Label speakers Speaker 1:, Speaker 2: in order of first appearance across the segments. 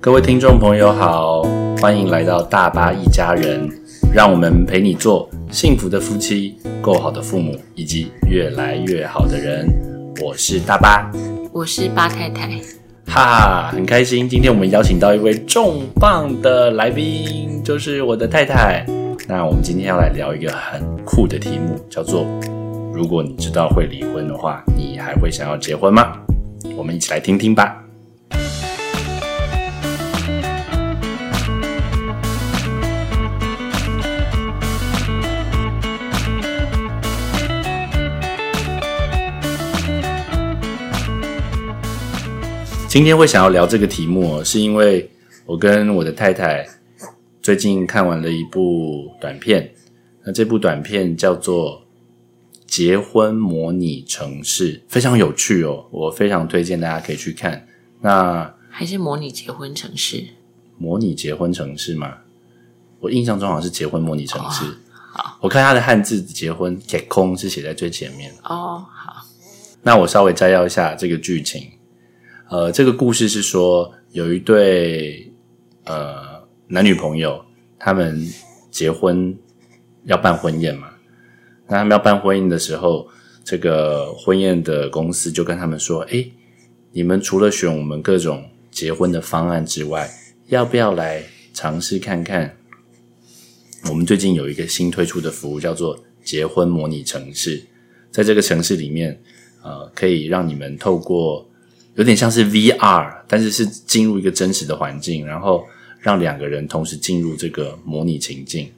Speaker 1: 各位听众朋友好，欢迎来到大巴一家人，让我们陪你做幸福的夫妻、够好的父母，以及越来越好的人。我是大巴，
Speaker 2: 我是八太太。
Speaker 1: 哈哈，很开心，今天我们邀请到一位重磅的来宾，就是我的太太。那我们今天要来聊一个很酷的题目，叫做“如果你知道会离婚的话，你还会想要结婚吗？”我们一起来听听吧。今天会想要聊这个题目、哦，是因为我跟我的太太最近看完了一部短片，那这部短片叫做《结婚模拟城市》，非常有趣哦，我非常推荐大家可以去看。那
Speaker 2: 还是模拟结婚城市。
Speaker 1: 模拟结婚城市吗？我印象中好像是结婚模拟城市。
Speaker 2: 好
Speaker 1: 我看它的汉字“结婚”“结空”是写在最前面。
Speaker 2: 哦，好，
Speaker 1: 那我稍微摘要一下这个剧情。呃，这个故事是说有一对呃男女朋友，他们结婚要办婚宴嘛。那他们要办婚宴的时候，这个婚宴的公司就跟他们说：“诶，你们除了选我们各种结婚的方案之外，要不要来尝试看看？我们最近有一个新推出的服务，叫做结婚模拟城市。在这个城市里面，呃，可以让你们透过有点像是 VR，但是是进入一个真实的环境，然后让两个人同时进入这个模拟情境，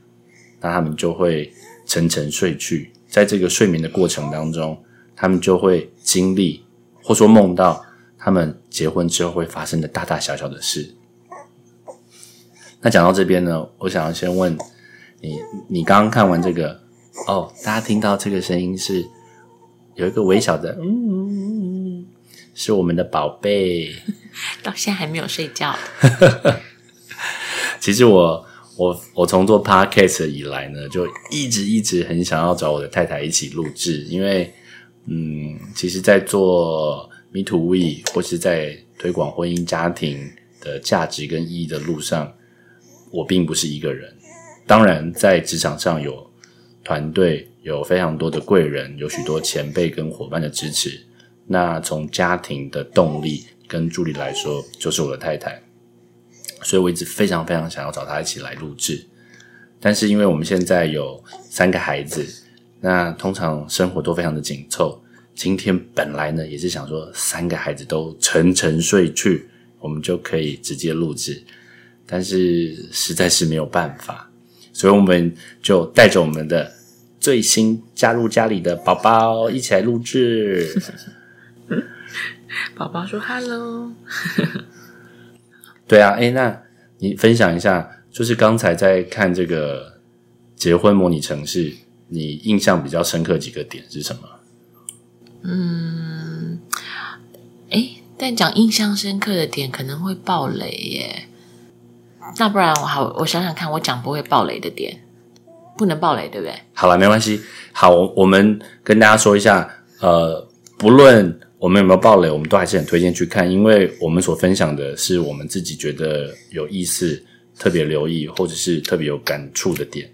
Speaker 1: 那他们就会沉沉睡去。在这个睡眠的过程当中，他们就会经历或说梦到他们结婚之后会发生的大大小小的事。那讲到这边呢，我想要先问你，你刚刚看完这个哦，大家听到这个声音是有一个微小的嗯。是我们的宝贝。
Speaker 2: 到现在还没有睡觉。
Speaker 1: 其实我我我从做 podcast 以来呢，就一直一直很想要找我的太太一起录制，因为嗯，其实，在做 Me Too We 或是在推广婚姻家庭的价值跟意义的路上，我并不是一个人。当然，在职场上有团队，有非常多的贵人，有许多前辈跟伙伴的支持。那从家庭的动力跟助力来说，就是我的太太，所以我一直非常非常想要找她一起来录制。但是因为我们现在有三个孩子，那通常生活都非常的紧凑。今天本来呢也是想说三个孩子都沉沉睡去，我们就可以直接录制，但是实在是没有办法，所以我们就带着我们的最新加入家里的宝宝一起来录制。
Speaker 2: 宝宝说 “hello”，
Speaker 1: 对啊，哎，那你分享一下，就是刚才在看这个结婚模拟城市，你印象比较深刻几个点是什么？
Speaker 2: 嗯，诶，但讲印象深刻的点可能会爆雷耶。那不然我好，我想想看，我讲不会爆雷的点，不能爆雷，对不对？
Speaker 1: 好了，没关系。好，我我们跟大家说一下，呃，不论我们有没有爆雷，我们都还是很推荐去看，因为我们所分享的是我们自己觉得有意思、特别留意或者是特别有感触的点。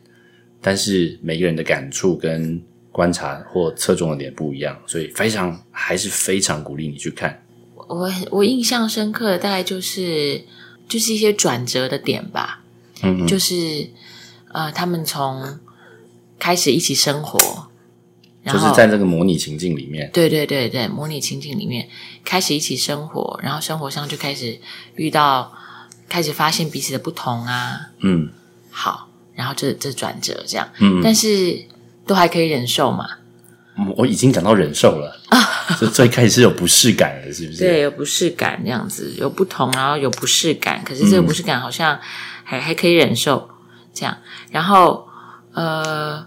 Speaker 1: 但是每个人的感触跟观察或侧重的点不一样，所以非常还是非常鼓励你去看。
Speaker 2: 我我印象深刻的大概就是就是一些转折的点吧，
Speaker 1: 嗯嗯
Speaker 2: 就是呃，他们从开始一起生活，然
Speaker 1: 就
Speaker 2: 后
Speaker 1: 是在这个模拟情境里面，
Speaker 2: 对对对对，模拟情景里面开始一起生活，然后生活上就开始遇到，开始发现彼此的不同啊，
Speaker 1: 嗯
Speaker 2: 好，然后这这转折这样，
Speaker 1: 嗯，
Speaker 2: 但是都还可以忍受嘛，
Speaker 1: 嗯我已经讲到忍受了，就最开始有不适感了，是不是？
Speaker 2: 啊对，，有不适感这样子，有不同，然后有不适感，可是这个
Speaker 1: 嗯
Speaker 2: 不适感好像还、还可以忍受这样，然后呃，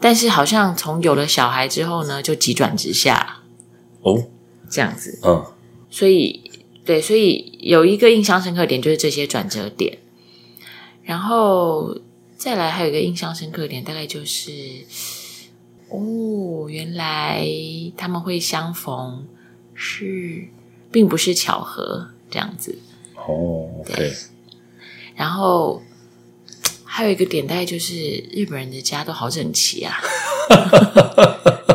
Speaker 2: 但是好像从有了小孩之后呢，就急转直下
Speaker 1: 哦，
Speaker 2: 这样子，
Speaker 1: 嗯
Speaker 2: 所以对，所以有一个印象深刻点就是这些转折点，然后再来还有一个印象深刻点，大概就是哦，原来他们会相逢是并不是巧合这样子，
Speaker 1: 哦，OK，
Speaker 2: 然后还有一个点大概就是日本人的家都好整齐啊，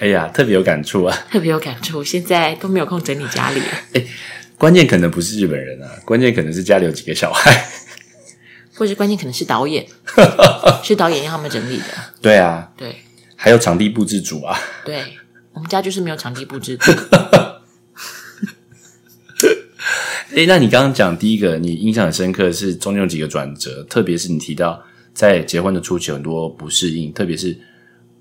Speaker 1: 哎呀，特别有感触啊！
Speaker 2: 特别有感触。现在都没有空整理家里了，
Speaker 1: 关键可能不是日本人啊，关键可能是家里有几个小孩。
Speaker 2: 或者是关键可能是导演，是导演让他们整理的。
Speaker 1: 对啊，
Speaker 2: 对
Speaker 1: 还有场地布置组啊，
Speaker 2: 对，我们家就是没有场地布置组，
Speaker 1: 诶，那你刚刚讲第一个，你印象很深刻是中间有几个转折，特别是你提到在结婚的初期有很多不适应，特别是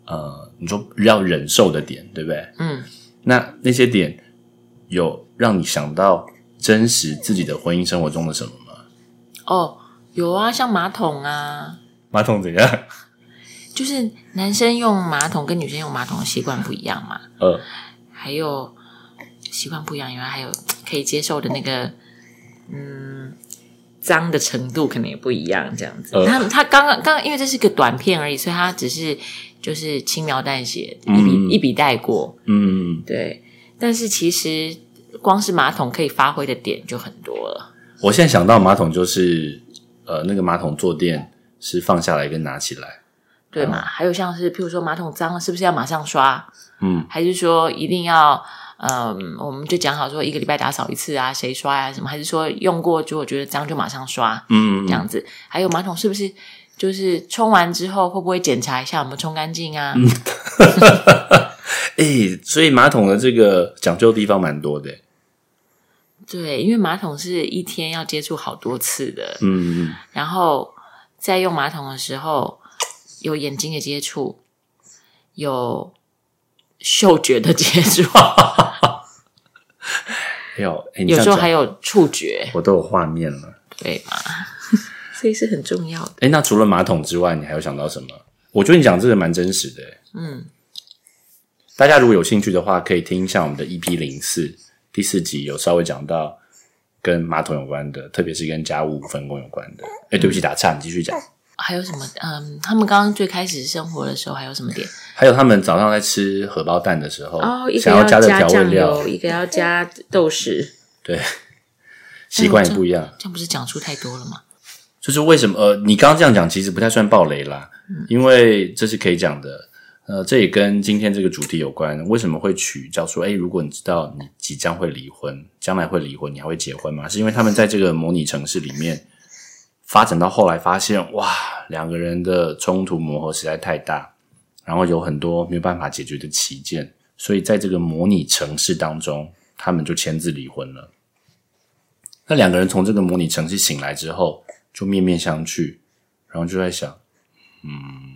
Speaker 1: 呃，你说要忍受的点，对不对？
Speaker 2: 嗯，
Speaker 1: 那那些点有让你想到真实自己的婚姻生活中的什么吗？
Speaker 2: 哦，有啊，像马桶啊，
Speaker 1: 马桶怎样？
Speaker 2: 就是男生用马桶跟女生用马桶的习惯不一样嘛，
Speaker 1: 呃，
Speaker 2: 还有习惯不一样以外，还有可以接受的那个，嗯，脏的程度可能也不一样，这样子。
Speaker 1: 呃
Speaker 2: 他他刚刚刚因为这是个短片而已，所以他只是就是轻描淡写，一笔、
Speaker 1: 嗯
Speaker 2: 一笔带过，
Speaker 1: 嗯，
Speaker 2: 对。但是其实光是马桶可以发挥的点就很多了，
Speaker 1: 我现在想到马桶就是呃，那个马桶坐垫是放下来跟拿起来，
Speaker 2: 对嘛？还有像是譬如说马桶脏了，是不是要马上刷？
Speaker 1: 嗯，
Speaker 2: 还是说一定要，嗯，我们就讲好说一个礼拜打扫一次啊，谁刷呀、什么？还是说用过如果觉得脏就马上刷
Speaker 1: 嗯
Speaker 2: 这样子？还有马桶是不是就是冲完之后会不会检查一下有没有冲干净啊？
Speaker 1: 嗯 哎、所以马桶的这个讲究地方蛮多的、
Speaker 2: 对，因为马桶是一天要接触好多次的，
Speaker 1: 嗯，嗯
Speaker 2: 然后在用马桶的时候有眼睛的接触，有嗅觉的接触，
Speaker 1: 哎呦， 哎、你
Speaker 2: 有
Speaker 1: 这样
Speaker 2: 时候
Speaker 1: 讲
Speaker 2: 还有触觉，
Speaker 1: 我都有画面了。
Speaker 2: 对嘛？ 所以是很重要的。
Speaker 1: 哎、那除了马桶之外，你还有想到什么？我觉得你讲这个蛮真实的、
Speaker 2: 嗯，
Speaker 1: 大家如果有兴趣的话，可以听一下我们的 EP 零四第四集，有稍微讲到跟马桶有关的，特别是跟家务分工有关的。哎、对
Speaker 2: 嗯
Speaker 1: 不起，打岔，你继续讲。
Speaker 2: 还有什么？嗯，他们刚刚最开始生活的时候还有什么点？
Speaker 1: 还有他们早上在吃荷包蛋的时候，
Speaker 2: 哦，一个
Speaker 1: 想要
Speaker 2: 加
Speaker 1: 的调味
Speaker 2: 酱
Speaker 1: 料
Speaker 2: 油，，一个要加豆豉，
Speaker 1: 对，习惯也
Speaker 2: 嗯
Speaker 1: 不一样。
Speaker 2: 这样不是讲出太多了吗？
Speaker 1: 就是为什么？呃，你刚刚这样讲其实不太算暴雷啦，因为这是可以讲的。呃，这也跟今天这个主题有关。为什么会取叫说，哎，如果你知道你即将会离婚，将来会离婚，你还会结婚吗？是因为他们在这个模拟城市里面发展到后来，发现哇，两个人的冲突磨合实在太大，然后有很多没有办法解决的旗舰，所以在这个模拟城市当中，他们就签字离婚了。那两个人从这个模拟城市醒来之后，就面面相觑，然后就在想，嗯，嗯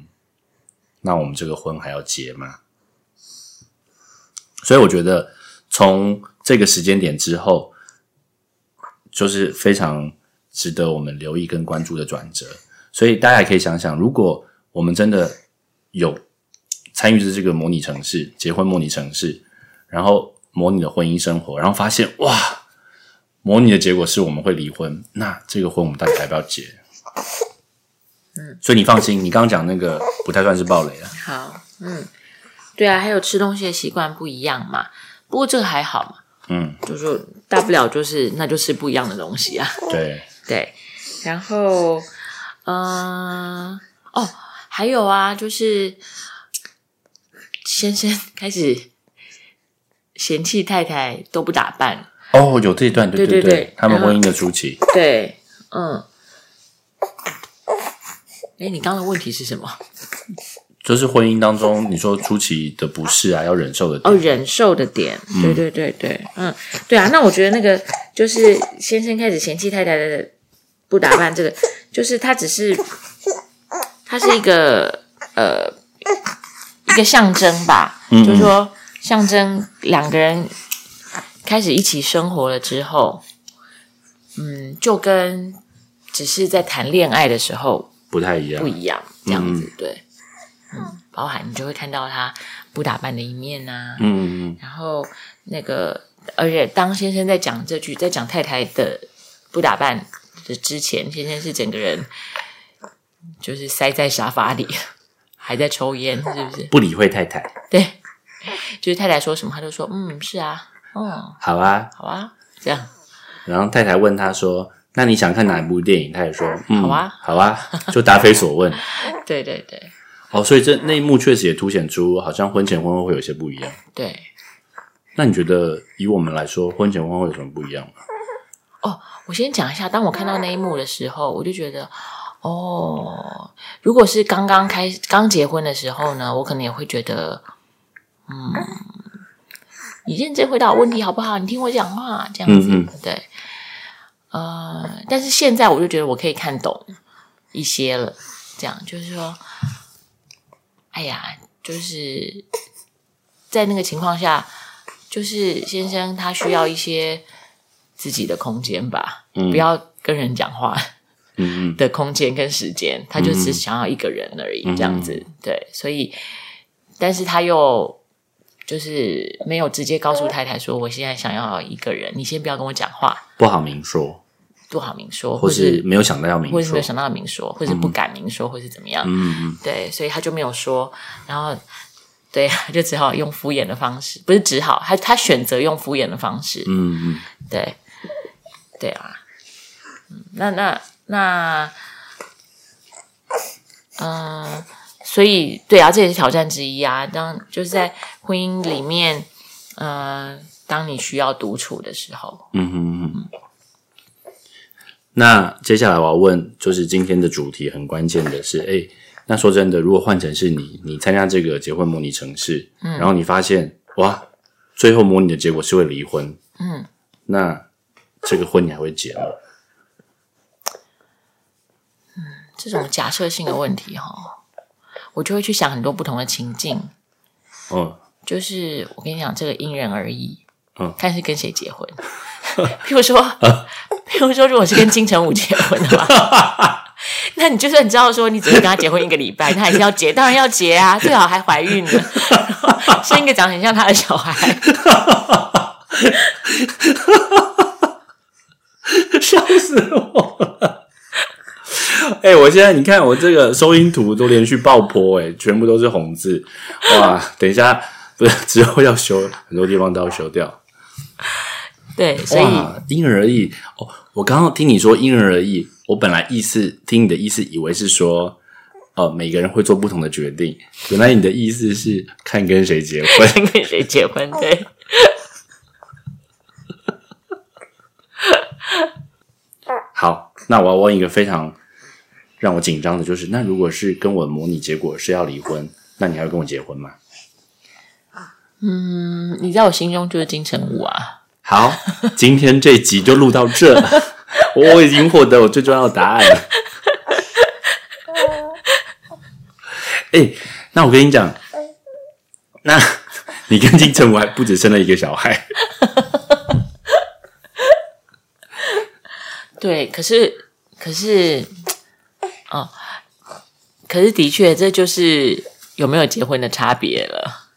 Speaker 1: 那我们这个婚还要结吗？所以我觉得从这个时间点之后，就是非常值得我们留意跟关注的转折。所以大家也可以想想，如果我们真的有参与着这个模拟城市结婚模拟城市，然后模拟的婚姻生活，然后发现哇，模拟的结果是我们会离婚，那这个婚我们到底要不要结？嗯，所以你放心，你刚刚讲那个不太算是暴雷了。
Speaker 2: 好，嗯，对啊，还有吃东西的习惯不一样嘛。不过这个还好嘛，
Speaker 1: 嗯，
Speaker 2: 就是说大不了就是那就吃不一样的东西啊。
Speaker 1: 对，
Speaker 2: 对，然后，嗯、哦，还有啊，就是先生开始嫌弃太太都不打扮，
Speaker 1: 哦，有这一段，对对
Speaker 2: 对对对
Speaker 1: 他们
Speaker 2: 然后
Speaker 1: 婚姻的初期，
Speaker 2: 对，嗯。哎，你刚刚的问题是什么？
Speaker 1: 就是婚姻当中，你说初期的不适啊，要忍受的点，
Speaker 2: 哦，忍受的点，对对对对，嗯，对啊。那我觉得那个就是先生开始嫌弃太太的不打扮，这个就是他只是，他是一个呃一个象征吧，
Speaker 1: 嗯嗯
Speaker 2: 就是说象征两个人开始一起生活了之后，嗯，就跟只是在谈恋爱的时候
Speaker 1: 不太一样
Speaker 2: 不。一样，这样子、对，嗯，包含你就会看到他不打扮的一面呐、啊，
Speaker 1: 嗯嗯
Speaker 2: 然后那个，而且当先生在讲这句，在讲太太的不打扮的之前，先生是整个人就是塞在沙发里，还在抽烟，是不是
Speaker 1: 嗯，？不理会太太，
Speaker 2: 对，就是太太说什么，他就说嗯是啊，哦
Speaker 1: 好啊，
Speaker 2: 好啊，这样
Speaker 1: 然后太太问他说：“那你想看哪一部电影？”他也说：“嗯，
Speaker 2: 好啊，
Speaker 1: 好啊。”就答非所问。
Speaker 2: 对对对
Speaker 1: 哦，所以这那一幕确实也凸显出，好像婚前婚后会有些不一样。
Speaker 2: 对，
Speaker 1: 那你觉得以我们来说，婚前婚后有什么不一样吗？
Speaker 2: 我先讲一下，当我看到那一幕的时候，我就觉得，哦，如果是刚刚开刚结婚的时候呢，我可能也会觉得，嗯，你认真回答我问题好不好？你听我讲话，这样子，
Speaker 1: 嗯
Speaker 2: 对，呃，但是现在我就觉得我可以看懂一些了，这样就是说，哎呀，就是在那个情况下，就是先生他需要一些自己的空间吧，
Speaker 1: 嗯
Speaker 2: 不要跟人讲话
Speaker 1: 嗯嗯
Speaker 2: 的空间跟时间，他就只想要一个人而已，
Speaker 1: 嗯
Speaker 2: 这样子。对，所以，但是他又就是没有直接告诉太太说，我现在想要一个人，你先不要跟我讲话，
Speaker 1: 不好明说，
Speaker 2: 杜好明说，
Speaker 1: 或
Speaker 2: 或
Speaker 1: 是没有想到要明
Speaker 2: 或是
Speaker 1: 说
Speaker 2: 没有。想到明说，或是不敢明说，或是怎么样。
Speaker 1: 嗯嗯
Speaker 2: 对，所以他就没有说，然后对， 他就只好用敷衍的方式，不是只好，他他选择用敷衍的方式，
Speaker 1: 嗯嗯，
Speaker 2: 对，对啊，嗯那那那，嗯、所以对啊，这也是挑战之一啊。当就是在婚姻里面，嗯、当你需要独处的时候，
Speaker 1: 嗯嗯嗯。那接下来我要问，就是今天的主题很关键的是，哎、那说真的，如果换成是你，你参加这个结婚模拟城市，
Speaker 2: 嗯
Speaker 1: 然后你发现哇，最后模拟的结果是会离婚，
Speaker 2: 嗯，
Speaker 1: 那这个婚你还会结吗？
Speaker 2: 这种假设性的问题哈、我就会去想很多不同的情境。
Speaker 1: 嗯
Speaker 2: 就是我跟你讲，这个因人而异，
Speaker 1: 嗯
Speaker 2: 看是跟谁结婚。 譬如说， 譬如说，如果是跟金城武结婚的话， 那你就算你知道说你只是跟他结婚一个礼拜，那还是要结，当然要结啊，最好还怀孕呢， 生一个长得很像他的小孩。
Speaker 1: 笑死我了！哎、我现在你看我这个收音图都连续爆破、哎，全部都是红字，哇！等一下，不是之后要修，很多地方都要修掉。
Speaker 2: 对，所以
Speaker 1: 哇，因人而异哦。我刚刚听你说因人而异，我本来意思听你的意思，以为是说，呃，每个人会做不同的决定。原来你的意思是看跟谁结婚。
Speaker 2: 看跟谁结婚，对，
Speaker 1: 好，那我要问一个非常让我紧张的，就是那如果是跟我模拟结果是要离婚，那你还会跟我结婚吗？
Speaker 2: 嗯，你在我心中就是金城武啊，
Speaker 1: 好，今天这集就录到这，我我已经获得我最重要的答案了。哎、那我跟你讲，那 你跟金城武还不止生了一个小孩，
Speaker 2: 对，可是可是，哦，可是的确，这就是有没有结婚的差别了。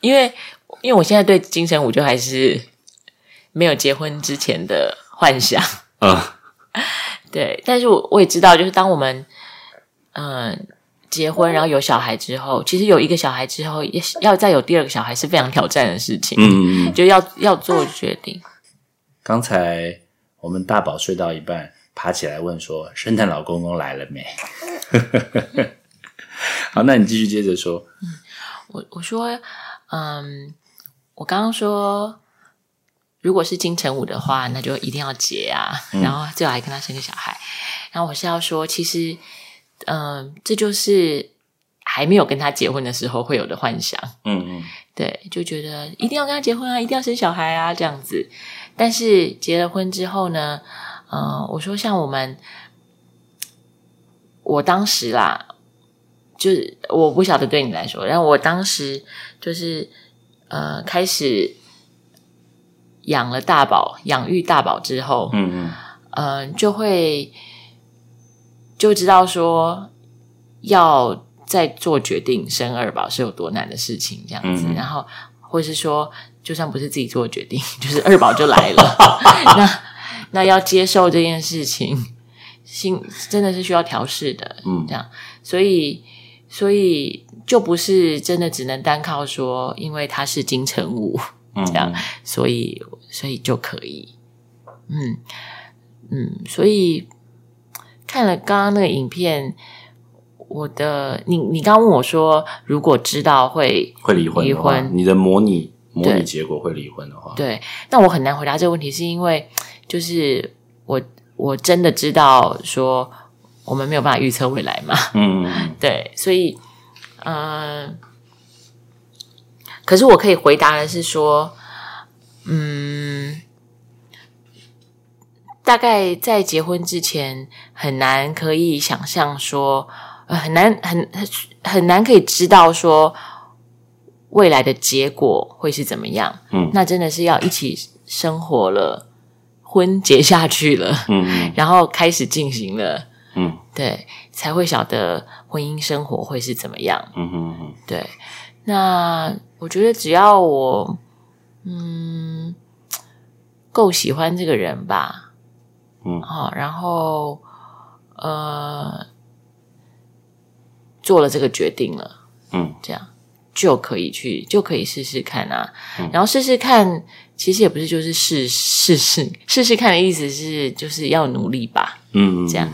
Speaker 2: 因为因为我现在对金城武就还是没有结婚之前的幻想，
Speaker 1: 啊、
Speaker 2: 对。但是我我也知道，就是当我们嗯、呃结婚，然后有小孩之后，其实有一个小孩之后，也是要再有第二个小孩是非常挑战的事情，
Speaker 1: 嗯，嗯嗯，
Speaker 2: 就要要做决定。
Speaker 1: 刚才我们大宝睡到一半，爬起来问说：“圣诞老公公来了没？” 好，那你继续接着说。
Speaker 2: 我我说，嗯，我刚刚说，如果是金城武的话，那就一定要结啊， 然后最好还跟他生个小孩。然后我是要说，其实，嗯，这就是还没有跟他结婚的时候会有的幻想，
Speaker 1: 嗯嗯
Speaker 2: 对，就觉得一定要跟他结婚啊，一定要生小孩啊，这样子。但是结了婚之后呢，呃，我说像我们，我当时啦，就是我不晓得对你来说，但我当时就是呃开始养了大宝，养育大宝之后，
Speaker 1: 嗯嗯，
Speaker 2: 嗯，就会就知道说要再做决定生二宝是有多难的事情，这样子。
Speaker 1: 嗯
Speaker 2: 然后，或是说，就算不是自己做决定， 就是二宝就来了， 那那要接受这件事情，心真的是需要调试的。
Speaker 1: 嗯
Speaker 2: 这样，所以所以就不是真的只能单靠说，因为他是金城武，
Speaker 1: 嗯
Speaker 2: 这样所以所以就可以。嗯嗯，所以看了刚刚那个影片，我的你你刚问我说，如果知道会
Speaker 1: 会离婚的话，
Speaker 2: 离婚
Speaker 1: 你的模拟模拟
Speaker 2: 对
Speaker 1: 结果会离婚的话，
Speaker 2: 对，那我很难回答这个问题，是因为就是我我真的知道说我们没有办法预测未来嘛，
Speaker 1: 嗯，嗯嗯
Speaker 2: 对，所以，嗯、可是我可以回答的是说，嗯，大概在结婚之前很难可以想象说，呃、很难很很很难可以知道说未来的结果会是怎么样。
Speaker 1: 嗯
Speaker 2: 那真的是要一起生活了，婚结下去了，
Speaker 1: 嗯嗯
Speaker 2: 然后开始进行了。
Speaker 1: 嗯
Speaker 2: 对，才会晓得婚姻生活会是怎么样。
Speaker 1: 嗯嗯嗯
Speaker 2: 对，那我觉得只要我嗯够喜欢这个人吧，
Speaker 1: 嗯
Speaker 2: 好、然后呃做了这个决定了，
Speaker 1: 嗯
Speaker 2: 这样就可以去就可以试试看啊。
Speaker 1: 嗯
Speaker 2: 然后试试看，其实也不是就是试试试试试看的意思是就是要努力吧，
Speaker 1: 嗯，嗯
Speaker 2: 这样，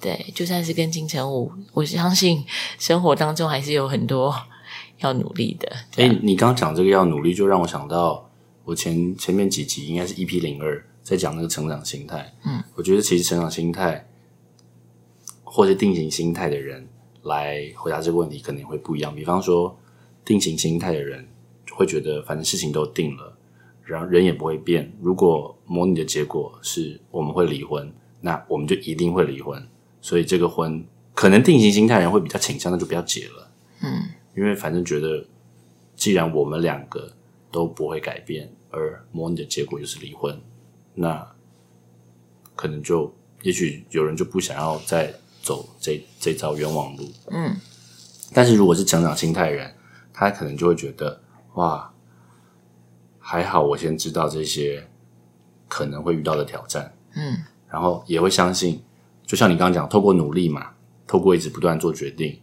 Speaker 2: 对，就算是跟金城武，我相信生活当中还是有很多 要努力的。啊
Speaker 1: 哎、你刚刚讲这个要努力，就让我想到我前前面几集应该是 EP 零二在讲那个成长心态。
Speaker 2: 嗯，
Speaker 1: 我觉得其实成长心态或者定型心态的人来回答这个问题，可能会不一样。比方说，定型心态的人会觉得反正事情都定了，然后人也不会变。如果模拟的结果是我们会离婚，那我们就一定会离婚。所以这个婚可能定型心态的人会比较倾向，那就不要结了。
Speaker 2: 嗯，
Speaker 1: 因为反正觉得，既然我们两个都不会改变，而模拟的结果就是离婚，那可能就也许有人就不想要再走这这条冤枉路。
Speaker 2: 嗯，
Speaker 1: 但是如果是成长心态的人，他可能就会觉得哇，还好我先知道这些可能会遇到的挑战，
Speaker 2: 嗯，
Speaker 1: 然后也会相信，就像你刚刚讲，透过努力嘛，透过一直不断做决定，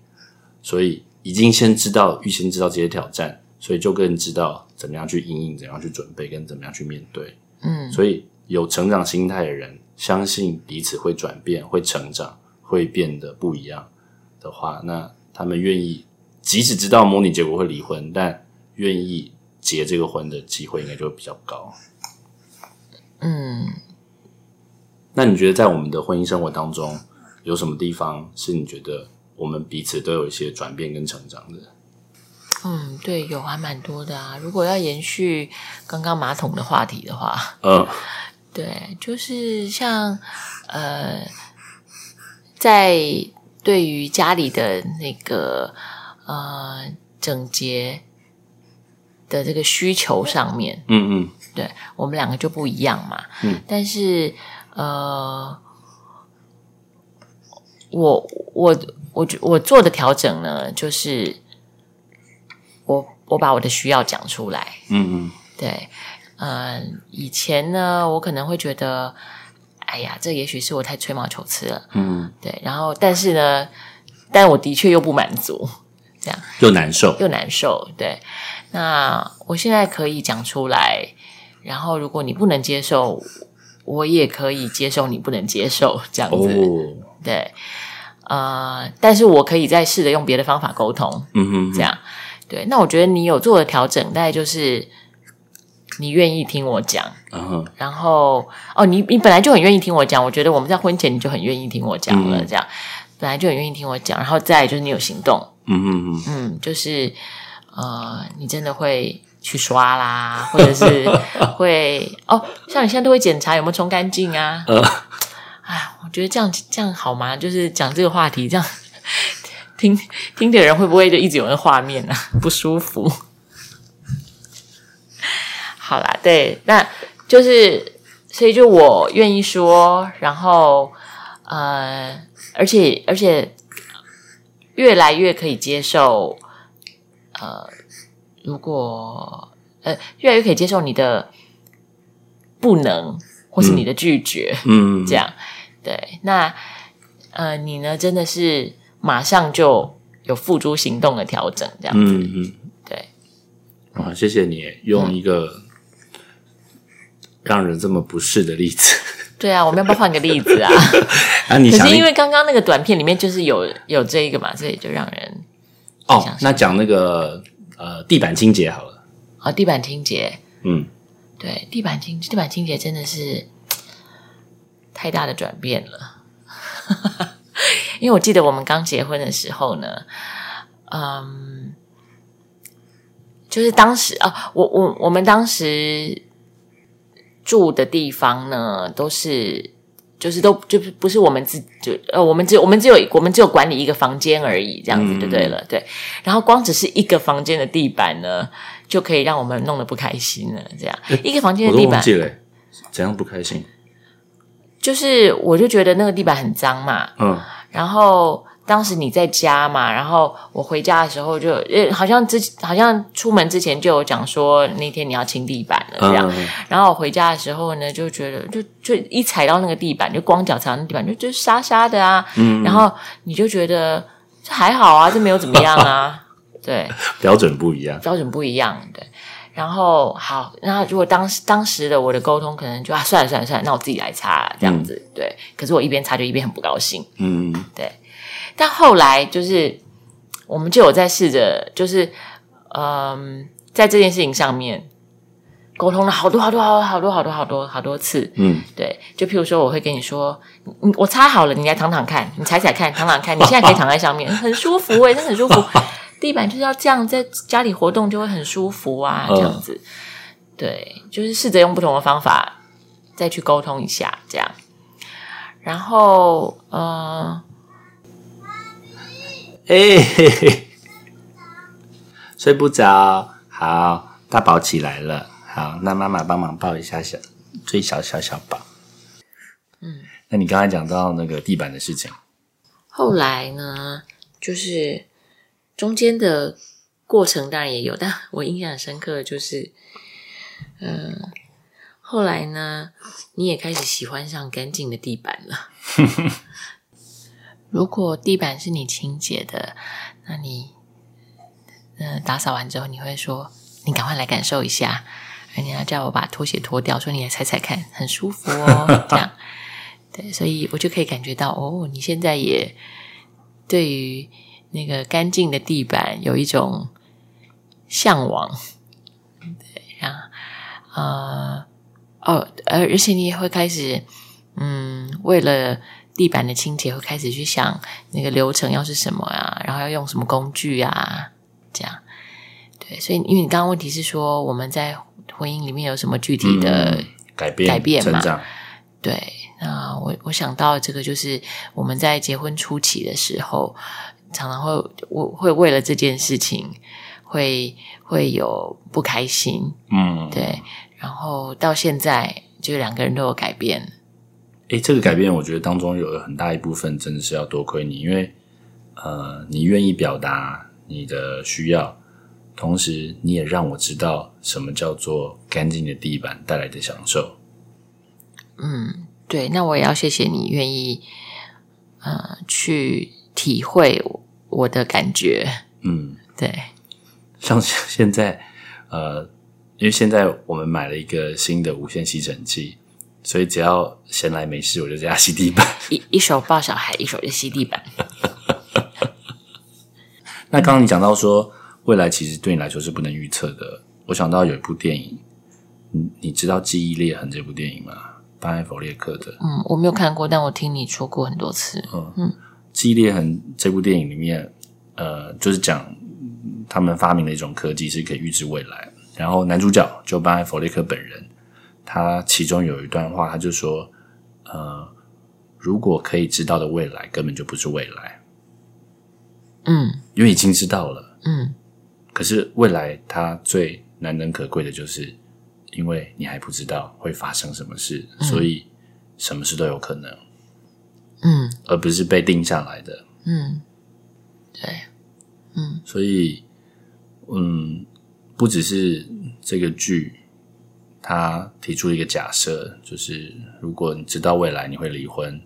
Speaker 1: 所以已经先知道，预先知道这些挑战，所以就更知道怎么样去应应，怎么样去准备，跟怎么样去面对。
Speaker 2: 嗯，
Speaker 1: 所以有成长心态的人，相信彼此会转变、会成长、会变得不一样的话，那他们愿意，即使知道模拟结果会离婚，但愿意结这个婚的机会应该就会比较高。
Speaker 2: 嗯，
Speaker 1: 那你觉得在我们的婚姻生活当中，有什么地方是你觉得我们彼此都有一些转变跟成长的？
Speaker 2: 嗯，对，有还蛮多的啊。如果要延续刚刚马桶的话题的话，
Speaker 1: 呃，
Speaker 2: 对，就是像呃，在对于家里的那个呃整洁的这个需求上面，
Speaker 1: 嗯嗯
Speaker 2: 对我们两个就不一样嘛。
Speaker 1: 嗯，
Speaker 2: 但是呃，我我我觉我做的调整呢，就是我我把我的需要讲出来。
Speaker 1: 嗯嗯
Speaker 2: 对，呃，以前呢，我可能会觉得，哎呀，这也许是我太吹毛求疵了。
Speaker 1: 嗯，
Speaker 2: 对，然后但是呢，但我的确又不满足，
Speaker 1: 又难受。
Speaker 2: 又难受。对，那我现在可以讲出来，然后如果你不能接受，我也可以接受你不能接受这样
Speaker 1: 哦，
Speaker 2: 子。对，呃，但是我可以再试着用别的方法沟通，
Speaker 1: 嗯哼，
Speaker 2: 这样。对，那我觉得你有做的调整，大概就是你愿意听我讲。
Speaker 1: 嗯哼，
Speaker 2: 然后哦，你你本来就很愿意听我讲，我觉得我们在婚前你就很愿意听我讲了，
Speaker 1: 嗯
Speaker 2: 这样本来就很愿意听我讲，然后再来就是你有行动，
Speaker 1: 嗯哼嗯哼，
Speaker 2: 嗯，就是呃，你真的会去刷啦，或者是会哦，像你现在都会检查有没有冲干净啊。
Speaker 1: 呃
Speaker 2: 哎，我觉得这样这样好吗？就是讲这个话题，这样听听的人会不会就一直有那画面啊？不舒服。好啦，对，那就是所以就我愿意说，然后呃，而且而且越来越可以接受，呃，如果呃越来越可以接受你的不能或是你的拒绝，
Speaker 1: 嗯，
Speaker 2: 这，样对。那呃，你呢，真的是马上就有付诸行动的调整，这样、
Speaker 1: 嗯嗯，
Speaker 2: 对，
Speaker 1: 哇，谢谢你用一个让人这么不适的例子
Speaker 2: 对啊，我们要不要换个例子啊？
Speaker 1: 啊？ 你
Speaker 2: 可
Speaker 1: 想
Speaker 2: 是
Speaker 1: 一
Speaker 2: 因为刚刚那个短片里面就是有有这一个嘛，所以就让人
Speaker 1: 哦，那讲那个呃地板清洁好了，
Speaker 2: 啊、地板清洁，
Speaker 1: 嗯，
Speaker 2: 对，地板清地板清洁真的是太大的转变了。因为我记得我们刚结婚的时候呢，嗯，就是当时啊，我我我们当时住的地方呢，都是就是都就是不是我们自就呃，我们只有我们只有我们只有管理一个房间而已，这样子
Speaker 1: 嗯
Speaker 2: 就对了，对。然后光只是一个房间的地板呢，就可以让我们弄得不开心了，这样、一个房间
Speaker 1: 我
Speaker 2: 的
Speaker 1: 都
Speaker 2: 地
Speaker 1: 忘
Speaker 2: 板
Speaker 1: 记了，怎样不开心？
Speaker 2: 就是我就觉得那个地板很脏嘛，
Speaker 1: 嗯，
Speaker 2: 然后当时你在家嘛，然后我回家的时候就，呃，好像之好像出门之前就有讲说那天你要清地板了这样，
Speaker 1: 嗯
Speaker 2: 然后我回家的时候呢，就觉得就就一踩到那个地板，就光脚踩到那地板，就就沙沙的啊，
Speaker 1: 嗯
Speaker 2: 然后你就觉得这还好啊，这没有怎么样 啊，对，
Speaker 1: 标准不一样，
Speaker 2: 标准不一样，对。然后好，那如果当时当时的我的沟通可能就啊，算了算了算了，那我自己来擦啦这样子，对。可是我一边擦就一边很不高兴，
Speaker 1: 嗯
Speaker 2: 但后来就是我们就有在试着，就是嗯，在这件事情上面沟通了好多好多好多好多好多好多好多次。
Speaker 1: 嗯，
Speaker 2: 对，就譬如说，我会跟你说，你我擦好了，你来躺躺看，你踩踩看，躺躺看，你现在可以躺在上面，很舒服哎、真的很舒服。地板就是要这样，在家里活动就会很舒服啊，
Speaker 1: 嗯
Speaker 2: 这样子。对，就是试着用不同的方法再去沟通一下，这样。然后，呃，
Speaker 1: 哎、嘿嘿， 睡不着，好，大宝起来了，好，那妈妈帮忙抱一下小最小小小宝。嗯，那你刚才讲到那个地板的事情，
Speaker 2: 后来呢，就是中间的过程当然也有，但我印象很深刻的就是，嗯、后来呢，你也开始喜欢上干净的地板了。如果地板是你清洁的，那你呃打扫完之后，你会说：“你赶快来感受一下。”而你要叫我把拖鞋脱掉，说：“你来踩踩看，很舒服哦。”这样。对，所以我就可以感觉到，哦，你现在也对于那个干净的地板有一种向往，对，然后呃，哦，而而且你也会开始，嗯，为了地板的清洁，会开始去想那个流程要是什么啊，然后要用什么工具啊，这样。对，所以因为你刚刚问题是说我们在婚姻里面有什么具体的
Speaker 1: 嗯改变、
Speaker 2: 改变嘛
Speaker 1: 成长，
Speaker 2: 对，那我我想到这个就是我们在结婚初期的时候，常常会我会为了这件事情会会有不开心，
Speaker 1: 嗯，
Speaker 2: 对，然后到现在就两个人都有改变，
Speaker 1: 诶，这个改变，我觉得当中有很大一部分真的是要多亏你，因为呃，你愿意表达你的需要，同时你也让我知道什么叫做干净的地板带来的享受。
Speaker 2: 嗯，对，那我也要谢谢你愿意呃去体会我的感觉，
Speaker 1: 嗯，
Speaker 2: 对，
Speaker 1: 像现在呃，因为现在我们买了一个新的无线吸尘器，所以只要闲来没事，我就在家吸地板。
Speaker 2: 一一手抱小孩，一手就吸地板，
Speaker 1: 那刚刚你讲到说，未来其实对你来说是不能预测的。我想到有一部电影，你你知道《记忆裂痕》这部电影吗？班艾弗列克的《
Speaker 2: 嗯，我没有看过，但我听你说过很多次，
Speaker 1: 记忆裂痕》这部电影里面，呃，就是讲嗯他们发明了一种科技是可以预知未来。然后男主角就班艾弗列克本人，他其中有一段话，他就说：“呃，如果可以知道的未来，根本就不是未来，
Speaker 2: 嗯
Speaker 1: 因为已经知道了。”
Speaker 2: 嗯
Speaker 1: 可是未来它最难能可贵的就是，因为你还不知道会发生什么事，所以什么事都有可能，
Speaker 2: 嗯
Speaker 1: 而不是被定下来的。
Speaker 2: 嗯，对。
Speaker 1: 所以，嗯，不只是这个剧，他提出一个假设，就是如果你知道未来你会离婚，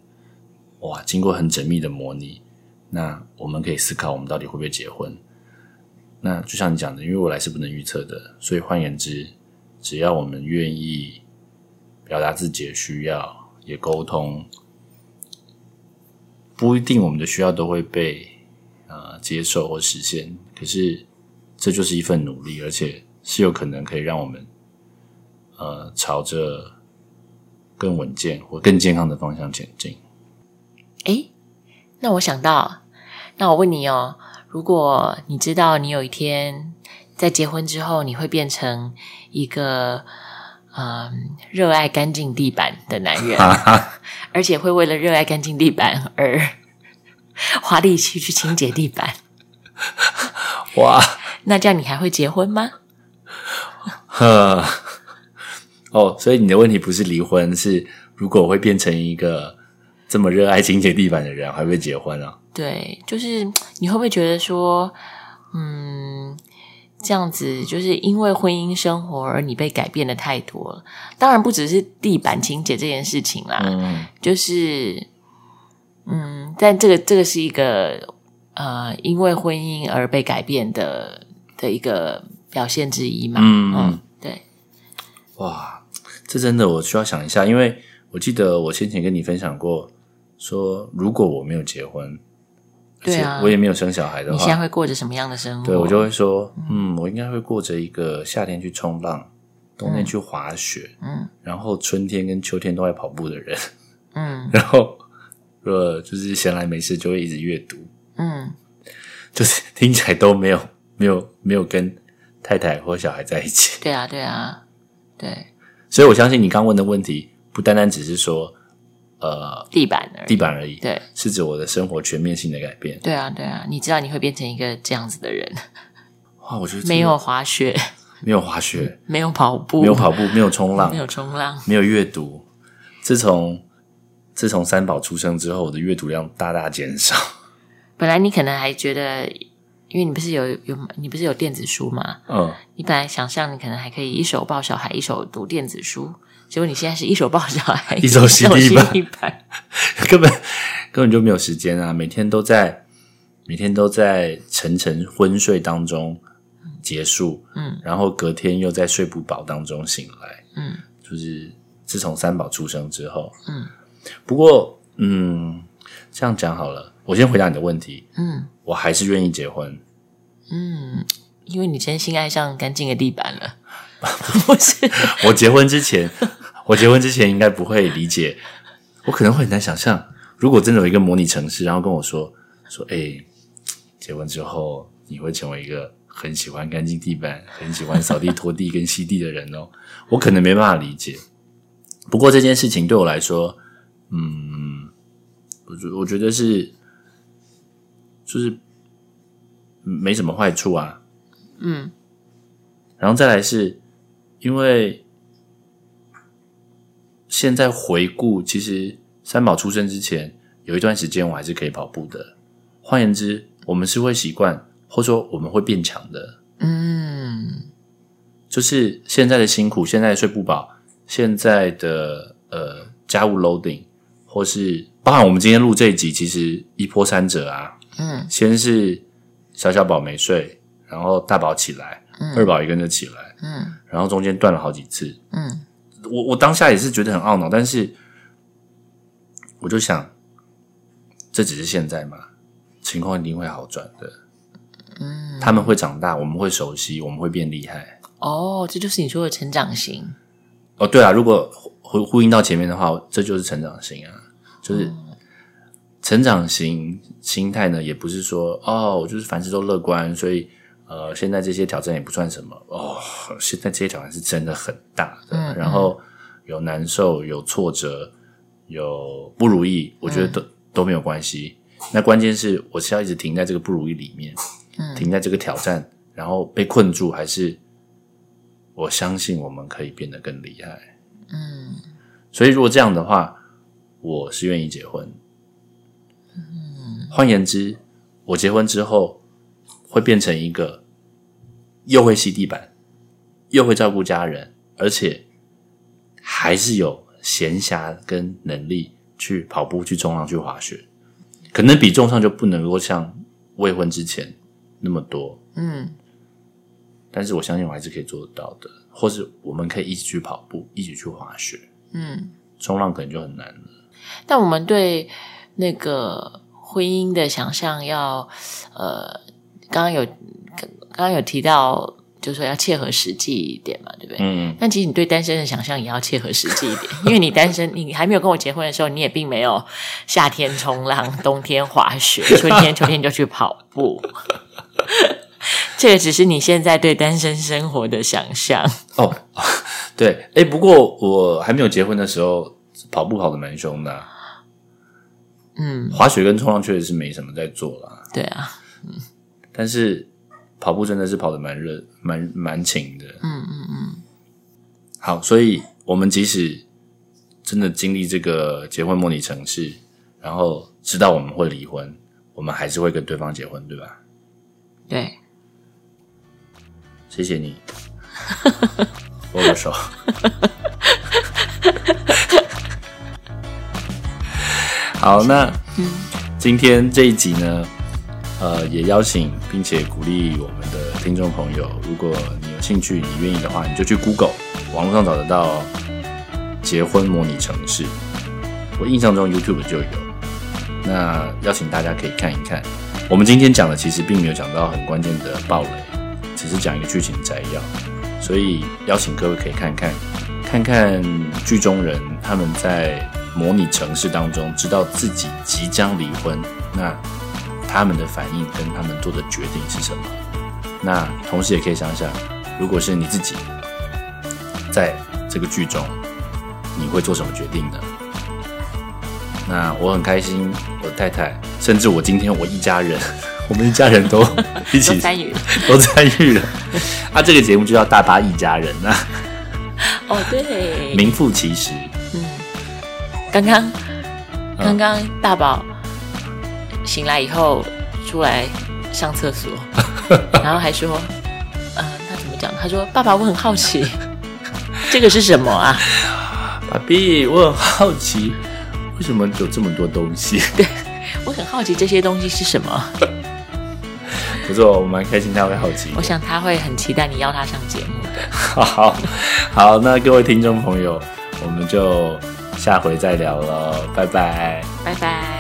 Speaker 1: 哇，经过很缜密的模拟，那我们可以思考我们到底会不会结婚。那就像你讲的，因为未来是不能预测的，所以换言之，只要我们愿意表达自己的需要，也沟通。不一定我们的需要都会被呃接受或实现，可是这就是一份努力，而且是有可能可以让我们呃朝着更稳健或更健康的方向前进。
Speaker 2: 诶，那我想到，那我问你哦，如果你知道你有一天在结婚之后，你会变成一个嗯热爱干净地板的男人，而且会为了热爱干净地板而花力气去清洁地板，
Speaker 1: 哇！
Speaker 2: 那这样你还会结婚吗？
Speaker 1: 呵，哦，所以你的问题不是离婚，是如果我会变成一个这么热爱清洁地板的人，还会结婚啊？
Speaker 2: 对，就是你会不会觉得说，嗯，这样子就是因为婚姻生活而你被改变的太多了？当然不只是地板清洁这件事情啦，
Speaker 1: 嗯，
Speaker 2: 就是，嗯，但这个这个是一个呃，因为婚姻而被改变的的一个表现之一嘛。
Speaker 1: 嗯
Speaker 2: 对，
Speaker 1: 哇，这真的我需要想一下，因为我记得我先前跟你分享过，说如果我没有结婚，
Speaker 2: 对啊
Speaker 1: 而且我也没有生小孩的
Speaker 2: 你现哦在
Speaker 1: 话，
Speaker 2: 会过着什么样的生活？
Speaker 1: 啊对我就会说，嗯，我应该会过着一个夏天去冲浪，冬天去滑雪，
Speaker 2: 嗯
Speaker 1: 然后春天跟秋天都爱跑步的人，
Speaker 2: 嗯
Speaker 1: 然后呃，就是闲来没事就会一直阅读，
Speaker 2: 嗯，
Speaker 1: 就是听起来都没有没有没有跟太太或小孩在一起，
Speaker 2: 对啊对啊对，
Speaker 1: 所以我相信你刚问的问题不单单只是说呃
Speaker 2: 地板而已。
Speaker 1: 地板而已，
Speaker 2: 对
Speaker 1: 是指我的生活全面性的改变。
Speaker 2: 对啊对啊，你知道你会变成一个这样子的人，
Speaker 1: 哇，我觉得真的
Speaker 2: 没有嗯滑雪，
Speaker 1: 没有滑雪，
Speaker 2: 没有跑步，
Speaker 1: 没有跑步，没有冲浪
Speaker 2: 没，有冲浪，
Speaker 1: 没有阅读。自从自从三宝出生之后，我的阅读量大大减少。
Speaker 2: 本来你可能还觉得，因为你不是有有你不是有电子书吗？
Speaker 1: 嗯，
Speaker 2: 你本来想象你可能还可以一手抱小孩，一手读电子书，结果你现在是一手抱小孩，
Speaker 1: 一手吸地板
Speaker 2: 一板。
Speaker 1: 根本根本就没有时间啊！每天都在每天都在沉沉昏睡当中结束，
Speaker 2: 嗯
Speaker 1: 然后隔天又在睡不饱当中醒来。
Speaker 2: 嗯，
Speaker 1: 就是自从三宝出生之后，
Speaker 2: 嗯，
Speaker 1: 不过嗯，这样讲好了，我先回答你的问题，
Speaker 2: 嗯
Speaker 1: 我还是愿意结婚。
Speaker 2: 嗯，因为你真心爱上干净的地板 了，不是？
Speaker 1: 我结婚之前，我结婚之前应该不会理解，我可能会很难想象，如果真的有一个模拟城市，然后跟我说说，哎、结婚之后你会成为一个很喜欢干净地板、很喜欢扫地、拖地跟吸地的人哦，我可能没办法理解。不过这件事情对我来说，嗯，我觉我觉得是，就是没什么坏处啊，
Speaker 2: 嗯
Speaker 1: 然后再来是，因为现在回顾，其实三宝出生之前有一段时间，我还是可以跑步的。换言之，我们是会习惯，或者说我们会变强的。
Speaker 2: 嗯
Speaker 1: 就是现在的辛苦，现在的睡不饱，现在的呃家务 loading，或是包含我们今天录这一集，其实一波三折啊。
Speaker 2: 嗯
Speaker 1: 先是小小宝没睡，然后大宝起来，
Speaker 2: 嗯
Speaker 1: 二宝也跟着起来，
Speaker 2: 嗯
Speaker 1: 然后中间断了好几次。
Speaker 2: 嗯
Speaker 1: 我我当下也是觉得很懊恼，但是我就想，这只是现在嘛，情况一定会好转的。
Speaker 2: 嗯，
Speaker 1: 他们会长大，我们会熟悉，我们会变厉害。
Speaker 2: 哦，这就是你说的成长型。
Speaker 1: 哦，对啊，如果呼呼应到前面的话，这就是成长型啊，就是
Speaker 2: 嗯
Speaker 1: 成长型心态呢，也不是说哦，我就是凡事都乐观，所以呃，现在这些挑战也不算什么哦，现在这些挑战是真的很大的，
Speaker 2: 嗯
Speaker 1: 然后有难受，有挫折，有不如意，我
Speaker 2: 嗯
Speaker 1: 觉得都、都没有关系。那关键是我是要一直停在这个不如意里面，
Speaker 2: 嗯
Speaker 1: 停在这个挑战，然后被困住，还是我相信我们可以变得更厉害。
Speaker 2: 嗯
Speaker 1: 所以如果这样的话，我是愿意结婚。换言之，我结婚之后会变成一个又会吸地板，又会照顾家人，而且还是有闲暇跟能力去跑步、去冲浪、去滑雪。可能比重上就不能够像未婚之前那么多，
Speaker 2: 嗯
Speaker 1: 但是我相信我还是可以做得到的，或是我们可以一起去跑步，一起去滑雪。
Speaker 2: 嗯，
Speaker 1: 冲浪可能就很难了。
Speaker 2: 但我们对那个婚姻的想象要，呃，刚刚有刚刚有提到，就是说要切合实际一点嘛，对不对？
Speaker 1: 嗯，
Speaker 2: 但其实你对单身的想象也要切合实际一点， 因为你单身，你还没有跟我结婚的时候，你也并没有夏天冲浪、冬天滑雪、春天、秋天就去跑步。 这个只是你现在对单身生活的想象。
Speaker 1: 哦， 对，哎，不过我还没有结婚的时候，跑步跑的蛮凶的啊、
Speaker 2: 嗯，
Speaker 1: 滑雪跟冲浪确实是没什么在做啦，
Speaker 2: 对啊，
Speaker 1: 但是跑步真的是跑的蛮热、蛮蛮勤的。
Speaker 2: 嗯嗯嗯，
Speaker 1: 好，所以我们即使真的经历这个结婚模拟城市，然后知道我们会离婚，我们还是会跟对方结婚，对吧？
Speaker 2: 对，
Speaker 1: 谢谢你， 握个手。 好，那今天这一集呢，呃，也邀请并且鼓励我们的听众朋友，如果你有兴趣，你愿意的话，你就去 Google 网络上找得到结婚模拟城市，我印象中 YouTube 就有。那邀请大家可以看一看。我们今天讲的其实并没有讲到很关键的暴雷，只是讲一个剧情摘要，所以邀请各位可以看看，看看剧中人他们在模拟城市当中知道自己即将离婚，那他们的反应跟他们做的决定是什么？那同时也可以想想，如果是你自己在这个剧中，你会做什么决定呢？那我很开心，我太太，甚至我今天我一家人， 我们一家人都一
Speaker 2: 都
Speaker 1: 起
Speaker 2: 参与了。
Speaker 1: 都参与了。啊，这个节目就叫《大巴一家人》啊，
Speaker 2: 哦，对，
Speaker 1: 名副其实。
Speaker 2: 嗯，刚刚刚刚大宝醒来以后出来上厕所，然后还说，呃，他怎么讲？他说：“爸爸，我很好奇， 这个是什么啊
Speaker 1: 爸比，我很好奇，为什么有这么多东 西？？”
Speaker 2: 我很好奇这些东西是什么。
Speaker 1: 不错，我蛮开心他会好奇。
Speaker 2: 我想他会很期待你邀他上节目的。
Speaker 1: 好好，那各位听众朋友，我们就下回再聊了，拜拜。
Speaker 2: 拜拜。